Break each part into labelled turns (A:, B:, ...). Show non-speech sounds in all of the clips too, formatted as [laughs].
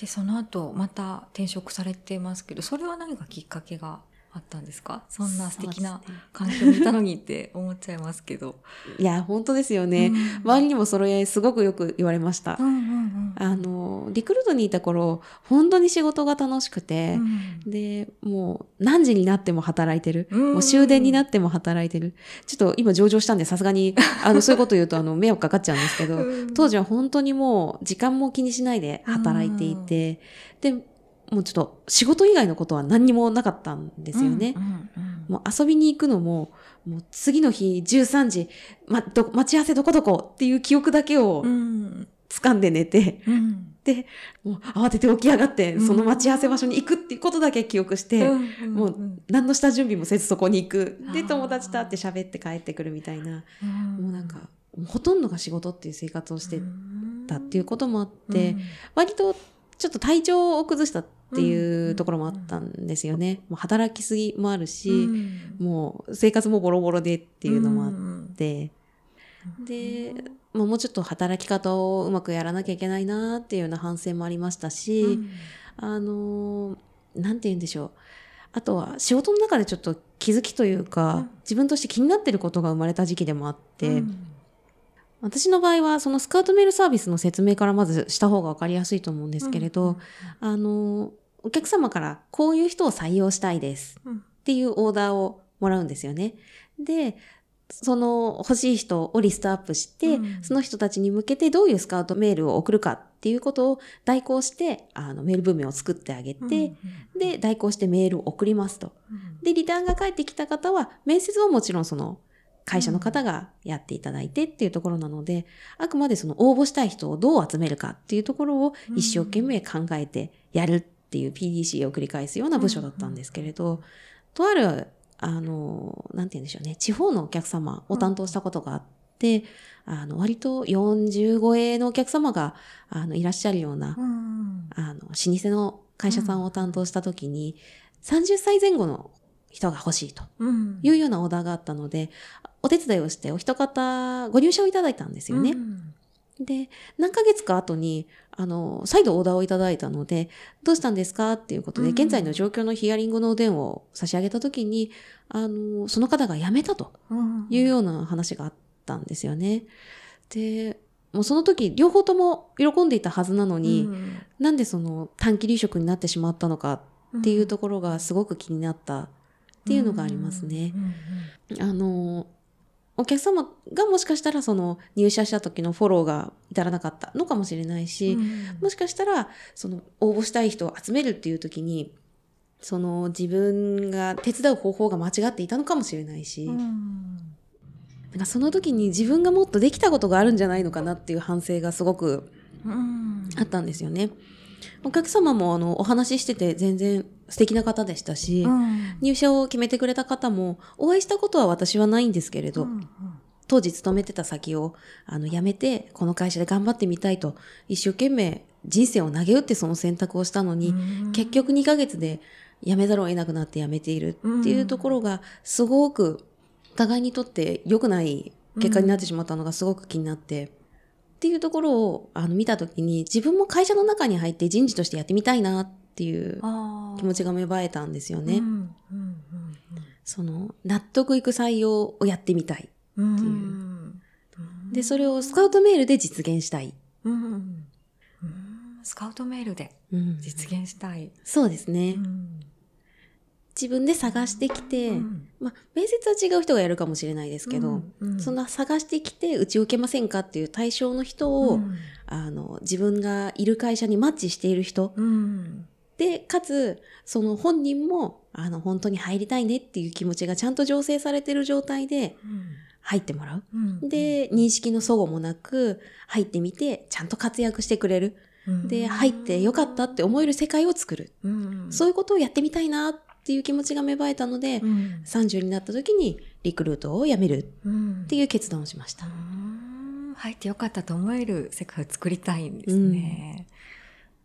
A: でその後また転職されてますけどそれは何かきっかけがあったんですかそんな素敵な
B: そうですね
A: 環境にいたのにって思っちゃいますけど。
B: いや本当ですよね、
A: うん
B: 周りにもそれすごくよく言われました、
A: うんうん
B: あのリクルートにいた頃本当に仕事が楽しく
A: うん
B: て
A: う、ん
B: でもう何時になっても働いてる、
A: うん
B: もう終電になっても働いてるちょっと今上場したんでさすが
A: [laughs]
B: にあのそういうこと言うとあの迷惑かかっちゃうんですけど、
A: うん
B: 当時は本当にもう時間も気にしないで働いていて、でもうちょっと仕事以外のことは何にもなかったんですよね。
A: うんうん
B: もう遊びに行くのも、もう次の日13時、ま、ど、待ち合わせどこどこっていう記憶だけを
A: うん
B: 掴んで寝て、
A: うん
B: もう慌てて起き上がって、
A: うん
B: その待ち合わせ場所に行くっていうことだけ記憶して、
A: うん
B: も
A: うん
B: 何の下準備もせずそこに行く
A: あ。
B: で、
A: ー
B: 友達と会って喋って帰ってくるみたいな、
A: うん
B: もうなんか、ほとんどが仕事っていう生活をしてたっていうこともあっ
A: う
B: て、
A: ん
B: 割とちょっと体調を崩したってい
A: んう
B: うんうところもあったんですよね。もう働きすぎもあるし、
A: うん
B: もう生活もボロボロでっていうのもあっ
A: うん
B: て、
A: うん
B: で、まあ、もうちょっと働き方をうまくやらなきゃいけないなっていうような反省もありましたし、
A: うん
B: あのーなんて言うんでしょうあとは仕事の中でちょっと気づきというか、
A: うん
B: 自分として気になってることが生まれた時期でもあっ
A: う
B: て、
A: ん
B: 私の場合はそのスカウトメールサービスの説明からまずした方が分かりやすいと思うんですけれど、あのーお客様からこういう人を採用したいです
A: うん
B: っていうオーダーをもらうんですよね。で、その欲しい人をリストアップして、
A: うん
B: その人たちに向けてどういうスカウトメールを送るかっていうことを代行して、あのメール文面を作ってあげて、
A: うん
B: で、代行してメールを送りますと。
A: うん
B: で、リターンが返ってきた方は、面接をもちろんその会社の方がやっていただいてっていうところなので、あくまでその応募したい人をどう集めるかっていうところを一生懸命考えてやるっていう PDC を繰り返すような部署だったんですけれど、とある、あの、なんて言うんでしょうね、地方のお客様を担当したことがあって、あの、割と40超えのお客様が、あの、いらっしゃるような
A: う、ん
B: あの、老舗の会社さんを担当した時に、30歳前後の人が欲しいと
A: うん
B: いうようなオーダーがあったので、お手伝いをしてお一方ご入社をいただいたんですよね。
A: うん
B: で、何ヶ月か後に、あの、再度オーダーをいただいたので、どうしたんですかっていうことで、
A: うん
B: 現在の状況のヒアリングのお電話を差し上げた時に、あの、その方が辞めたと
A: うん
B: いうような話があったんですよね。で、もうその時、両方とも喜んでいたはずなのに、
A: うん
B: なんでその短期離職になってしまったのかっていうところがすごく気になったっていうのがありますね。
A: うんうん
B: あのお客様がもしかしたらその入社した時のフォローが至らなかったのかもしれないし、
A: うん
B: もしかしたらその応募したい人を集めるっていう時にその自分が手伝う方法が間違っていたのかもしれないし、
A: う
B: なん
A: ん
B: かその時に自分がもっとできたことがあるんじゃないのかなっていう反省がすごく
A: うん
B: あったんですよね。お客様もあのお話ししてて全然素敵な方でしたし、
A: うん
B: 入社を決めてくれた方もお会いしたことは私はないんですけれど、
A: うん
B: 当時勤めてた先をあの辞めてこの会社で頑張ってみたいと一生懸命人生を投げ打ってその選択をしたのに、
A: うん
B: 結局2ヶ月で辞めざるを得なくなって辞めているっていうところがすごくお互いにとって良くない結果になってしまったのがすごく気になって、っていうところをあの見た時に自分も会社の中に入って人事としてやってみたいなっていう
A: あー
B: 気持ちが芽生えたんですよね。
A: うんうん
B: その納得いく採用をやってみたい。
A: うん
B: っていう
A: うん
B: で、それをスカウトメールで実現したい。
A: うんうんうんスカウトメールで
B: うん
A: 実現したい。
B: そうですね。
A: うん
B: 自分で探してきて、
A: うん
B: まあ、面接は違う人がやるかもしれないですけど、
A: うん
B: そんな探してきて、うち受けませんかっていう対象の人
A: う
B: を、
A: ん
B: あの、自分がいる会社にマッチしている人
A: うん
B: で、かつ、その本人も、あの、本当に入りたいねっていう気持ちがちゃんと醸成されてる状態で入ってもらう。
A: うん
B: で、認識の齟齬もなく、入ってみて、ちゃんと活躍してくれる。
A: うん
B: で、入ってよかったって思える世界を作る。
A: うん
B: そういうことをやってみたいなっていう気持ちが芽生えたので、
A: うん
B: 30になった時にリクルートを辞める
A: うん
B: っていう決断をしました。
A: うーん入ってよかったと思える世界を作りたいんですね。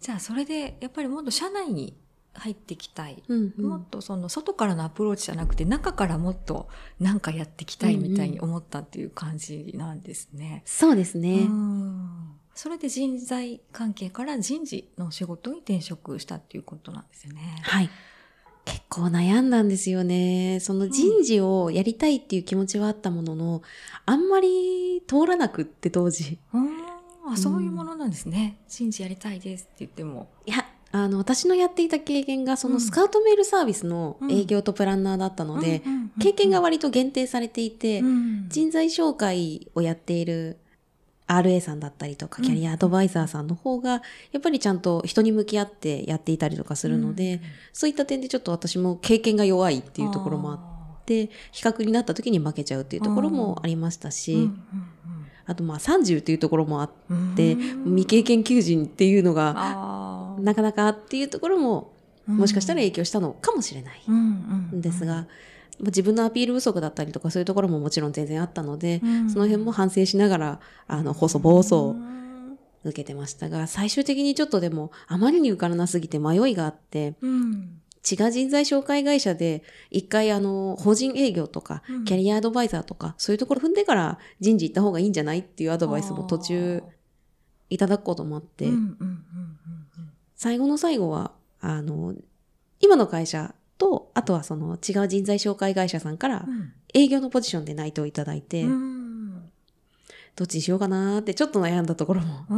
A: じゃあそれでやっぱりもっと社内に入ってきたい。
B: うん、う
A: もっ
B: ん。
A: とその外からのアプローチじゃなくて中からもっとなんかやっていきたいみたいに思ったっていう感じなんですね。
B: そうです
A: う
B: ね。
A: んそれで人材関係から人事の仕事に転職したっていうことなんですよね。
B: はい。結構悩んだんですよね。その人事をやりたいっていう気持ちはあったものの、あんまり通らなくって当時。
A: うんあそういうものなんですね。人事やりたいですって言っても。
B: いや、あの、私のやっていた経験が、そうの
A: ん
B: スカウトメールサービスの営業とプランナーだったので、経験が
A: 悪
B: 割と限定されていて、人材紹介をやっている RA さんだったりとか、
A: うん
B: キャリアアドバイザーさんの方が、やっぱりちゃんと人に向き合ってやっていたりとかするので、そういった点でちょっと私も経験が弱いっていうところもあって、
A: っ
B: で比較になった時に負けちゃうっていうところもありましたし、あとまあ30っていうところもあって、で未経験求人っていうのが
A: あー
B: なかなかっていうところももしかしたら影響したのかもしれないんです、が、まあ自分のアピール不足だったりとかそういうところももちろん全然あったので、
A: うんうんうんうん
B: その辺も反省しながらあの放送暴
A: う
B: 走
A: ん
B: 受けてましたが最終的にちょっとでもあまりに受からなすぎて迷いがあって
A: うん
B: 違う人材紹介会社で一回あの法人営業とか
A: うん
B: キャリアアドバイザーとかそういうところ踏んでから人事行った方がいいんじゃないっていうアドバイスも途中いただくこともあって、
A: うんうんうんうんうん
B: 最後の最後はあの今の会社とあとはその違う人材紹介会社さんから
A: うん
B: 営業のポジションで内定をいただいて、
A: うん
B: どっちにしようかなーってちょっと悩んだところも
A: う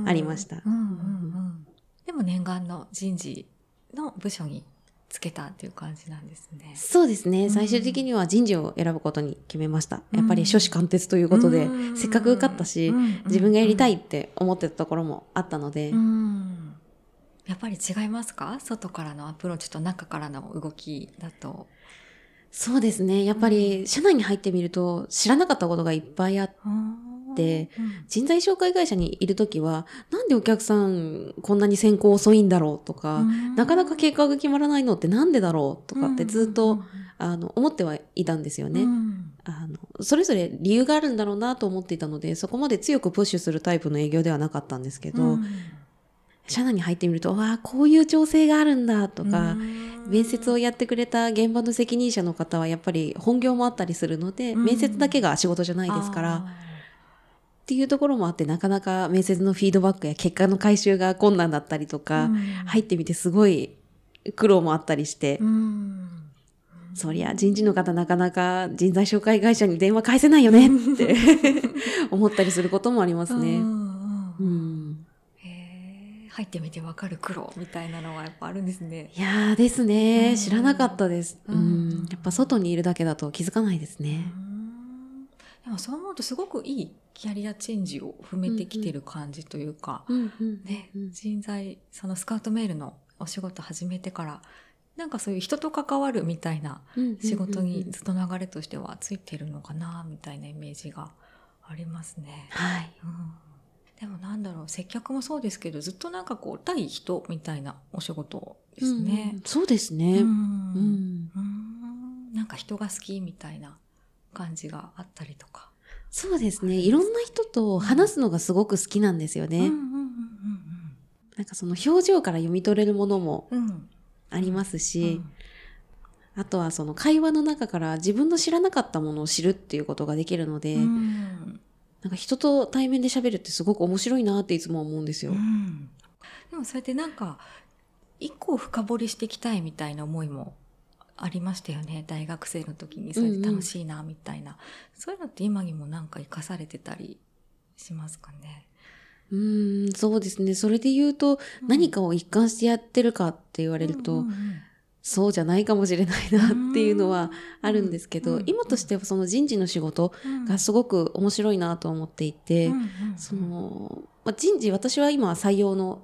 A: ん
B: ありました
A: うんうんうんでも念願の人事の部署につけたっていう感じなんですね。
B: そうです
A: う
B: ね。
A: ん
B: 最終的には人事を選ぶことに決めました。
A: うん
B: やっぱり初志貫徹ということで
A: うんうんう、ん
B: せっかく受かったし
A: うん、うん
B: 自分がやりたいって思ってたところもあったので
A: う、んやっぱり違いますか外からのアプローチと中からの動きだと。
B: そうですね。やっぱり社内に入ってみると知らなかったことがいっぱいあって、で
A: うん
B: 人材紹介会社にいるときは、なんでお客さんこんなに選考遅いんだろうとか、なかなか計画が決まらないのってなんでだろうとかってずっと、あの思ってはいたんですよね。
A: うん
B: あのそれぞれ理由があるんだろうなと思っていたのでそこまで強くプッシュするタイプの営業ではなかったんですけど、
A: うん
B: 社内に入ってみると「わあこういう調整があるんだ」と
A: う
B: か、
A: ん
B: 面接をやってくれた現場の責任者の方はやっぱり本業もあったりするので、
A: うん
B: 面接だけが仕事じゃないですからっ
A: あ
B: ていうところもあってなかなか面接のフィードバックや結果の回収が困難だったりと
A: ー
B: か、
A: うん
B: 入ってみてすごい苦労もあったりして。
A: うん
B: そりゃ人事の方なかなか人材紹介会社に電話返せない
A: [laughs]
B: よねって [laughs] 思ったりすることもあります
A: う
B: ね。
A: んう
B: うんん、
A: へー入ってみてわかる苦労みたいなのはやっぱあるんですね。
B: いやーです
A: う
B: ね
A: ん
B: 知らなかったです、う
A: うん
B: ん。やっぱ外にいるだけだと気づかないですね
A: う。んでもそう思うとすごくいいキャリアチェンジを踏めてきてる感じというか、
B: うんうん
A: ね
B: うん
A: 人材そのスカウトメールのお仕事始めてからなんかそういう人と関わるみたいな
B: うん
A: 仕事にずっと流れとしてはついてるのかなみたいなイメージがありますね。
B: はい。
A: うんでもなんだろう接客もそうですけどずっとなんかこう対人みたいなお仕事です
B: う
A: ね
B: ん。そうです
A: う
B: ね。うんん
A: うんなんか人が好きみたいな感じがあったりとか。
B: そうですね。いろんな人と話すのがすごく好きなんですよね。
A: うんうん
B: なんかその表情から読み取れるものも
A: うんうんうんうん
B: ありますし、
A: うん
B: あとはその会話の中から自分の知らなかったものを知るっていうことができるので、
A: うん
B: なんか人と対面で喋るってすごく面白いなっていつも思うんですよ。
A: うんでもそれってなんか一個を深掘りしていきたいみたいな思いもありましたよね大学生の時にそれで楽しいなみたいな、そういうのって今にもなんか生かされてたりしますかね。
B: うーん、そうですね。それで言うと、何かを一貫してやってるかって言わ
A: さ
B: れると、そうじゃないかもしれないなっていうのはあるんですけど、今としてはその人事の仕事がすごく面白いなと思っていて、その、まあ、人事、私は今採用の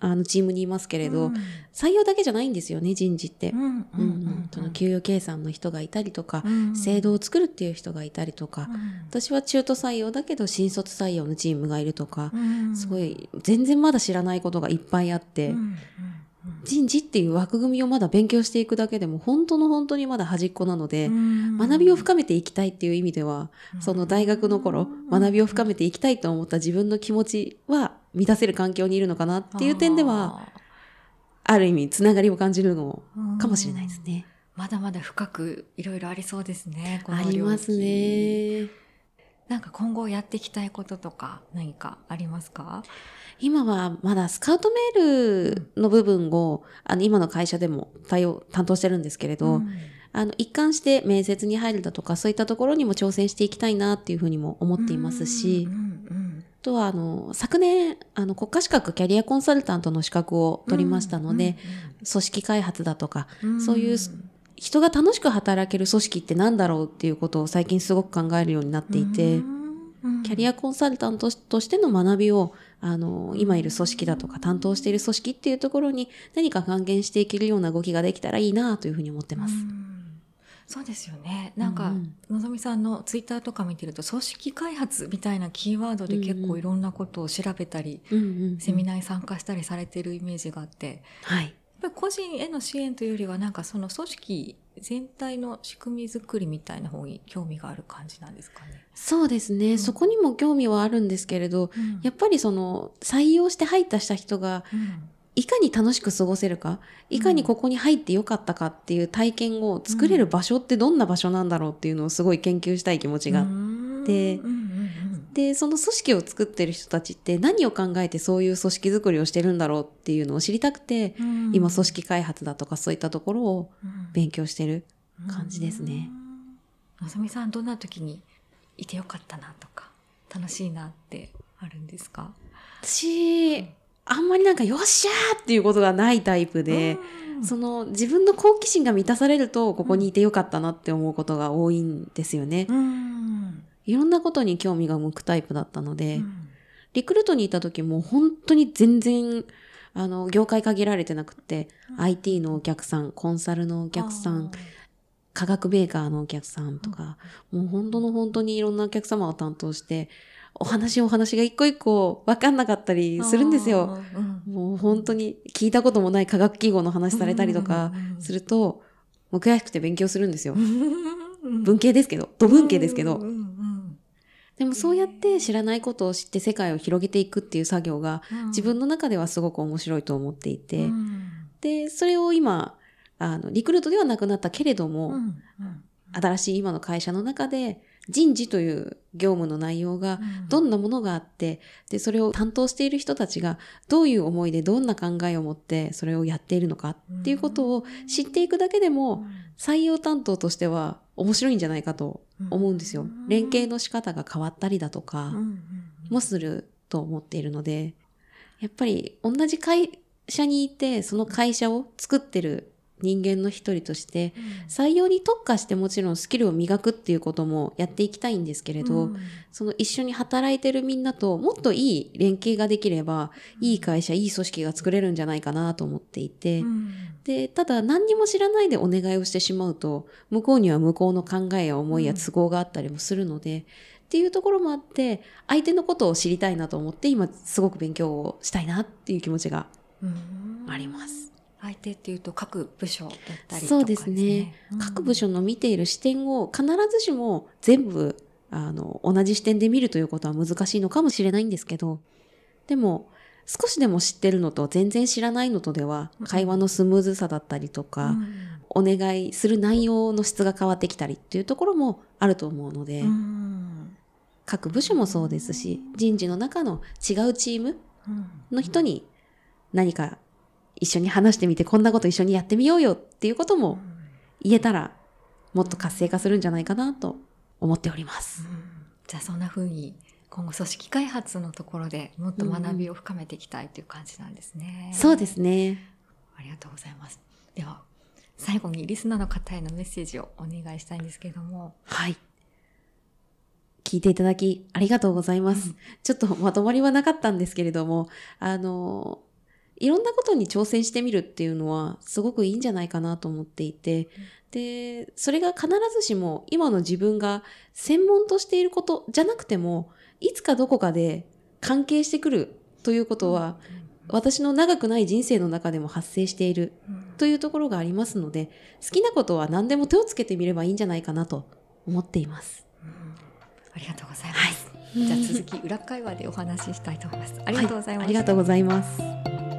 B: あのチームにいますけれど、採用だけじゃないんですよね、人事って。うんうん、その給与計算の人がいたりとか、制度を作るっていう人がいたりとか、私は中途採用だけど新卒採用のチームがいるとか、すご
A: い
B: い全然まだ知らないことがいっぱいあって、人事っていう枠組みをまだ勉強していくだけでも本当の本当にまだ端っこなので、学びを深めていきたいっていう意味では、その大学の頃、学びを深めていきたいと思った自分の気持ちは満たせる環境にいるのかなっていう点では、ある意味つながりを感じるのかもしれないですね。
A: まだまだ深くいろいろありそうですね。この
B: あります
A: 領域。
B: ね。
A: なんか今後やっていきたいこととか何かありますか
B: 今はまだスカウトメールの部分を、あの今の会社でも対応担当してるんですけれど、
A: うん
B: あの一貫して面接に入るだとかそういったところにも挑戦していきたいなっていうふうにも思っていますし、
A: うんうん
B: あとはあの昨年あの国家資格キャリアコンサルタントの資格を取りましたので、、組織開発だとか
A: んん
B: そういう人が楽しく働ける組織って何だろうっていうことを最近すごく考えるようになっていて、キャリ
A: ア
B: アコンサルタントとしての学びをあの今いる組織だとか担当している組織っていうところに何か還元していけるような動きができたらいいなというふうに思ってます。
A: そうですよねなんか、
B: うん
A: のぞみさんのツイッターとか見てると組織開発みたいなキーワードで結
B: うんう
A: 構
B: ん
A: いろんなことを調べたり、
B: うんうんうん
A: セミナーに参加したりされてるイメージがあってやっ
B: はい
A: ぱり個人への支援というよりはなんかその組織全体の仕組み作りみたいな方に興味がある感じなんですかね。
B: そうですね、
A: ん
B: そこにも興味はあるんですけれどや
A: っ
B: っぱりその採用して入ったした人が
A: ぱ、
B: いかに楽しく過ごせるかいかにここに入ってよかったかっていう体験を作れる場所ってどんな場所なんだろうっていうのをすごい研究したい気持ちがあっ
A: っ
B: て
A: て
B: うんでその組織を作ってる人たちって何を考えてそういう組織作りをしてるんだろうっていうのを知りたくて、今組織開発だとかそういったところを勉強してる感じですね
A: うん。のぞみさんどんな時にいてよかったなとか楽しいなってあるんですか
B: 私あんまりなんかよっしゃーっていうことがないタイプで、
A: うん
B: その自分の好奇心が満たされるとここにいてよかったなって思うことが多いんですよね、
A: うん
B: いろんなことに興味が向くタイプだったので、
A: うん
B: リクルートにいた時も本当に全然あの業界限られてなくって、
A: うん
B: IT のお客さんコンサルのお客さん化学メーカーのお客さんとか、もう本当の本当にいろんなお客様を担当してお話お話が一個一個分かんなかったりするんですよ。。
A: あーうん
B: もう本当に聞いたこともない科学記号の話されたりとかすると、もう悔しくて勉強するんですよ
A: う。ん
B: 文系ですけど、土文系ですけど
A: うんう。んうん
B: でもそうやって知らないことを知って世界を広げていくっていう作業が
A: うん
B: 自分の中ではすごく面白いと思っていて、
A: うん
B: で、それを今、あの、リクルートではなくなったけれども、
A: うんうん
B: 新しい今の会社の中で人事という業務の内容が
A: うん
B: どんなものがあって、で、それを担当している人たちがどういう思いでどんな考えを持ってそれをやっているのかっていうことを知っていくだけでも採用担当としては面白いんじゃないかと思うんですよ。連携の仕方が変わったりだとか、
A: うんうんうん
B: もすると思っているので、やっぱり同じ会社にいて、その会社を作ってる人間の一人として、採用に特化してもちろんスキルを磨くっていうこともやっていきたいんですけれど、
A: うん
B: その一緒に働いてるみんなともっといい連携ができれば、いい会社、いい組織が作れるんじゃないかなと思っていて、
A: うん
B: で、ただ何にも知らないでお願いをしてしまうと、向こうには向こうの考えや思いや都合があったりもするので、っていうところもあって、相手のことを知りたいなと思って、今すごく勉強をしたいなっていう気持ちが
A: うん
B: あります。
A: 相手っていうと各部署だったりとか、
B: そうですね。各部署の見ている視点を必ずしも全部、あの、同じ視点で見るということは難しいのかもしれないんですけど、でも、少しでも知ってるのと全然知らないのとでは
A: うん、
B: 会話のスムーズさだったりとか、お願いする内容の質が変わってきたりっていうところもあると思うので、
A: うんうん
B: 各部署もそうですし人事の中の違うチーム
A: うん
B: の人に何か一緒に話してみてこんなこと一緒にやってみようよっていうことも言えたらもっと活性化するんじゃないかなと思っております。
A: じゃあそんな風に今後組織開発のところでもっと学びを深めていきたいという感じなんですね。
B: そうですね。
A: ありがとうございます。では最後にリスナーの方へのメッセージをお願いしたいんですけれども、
B: はい。聞いていただきありがとうございます。ちょっとまとまりはなかったんですけれども、あの、いろんなことに挑戦してみるっていうのはすごくいいんじゃないかなと思っていて、で、それが必ずしも今の自分が専門としていることじゃなくても、いつかどこかで関係してくるということは、私の長くない人生の中でも発生している
A: うん
B: というところがありますので、好きなことは何でも手をつけてみればいいんじゃないかなと思っています。
A: うんありがとうございます。じゃあ続き裏会話でお話ししたいと思います。ありがとうございます。
B: ありがとうございます。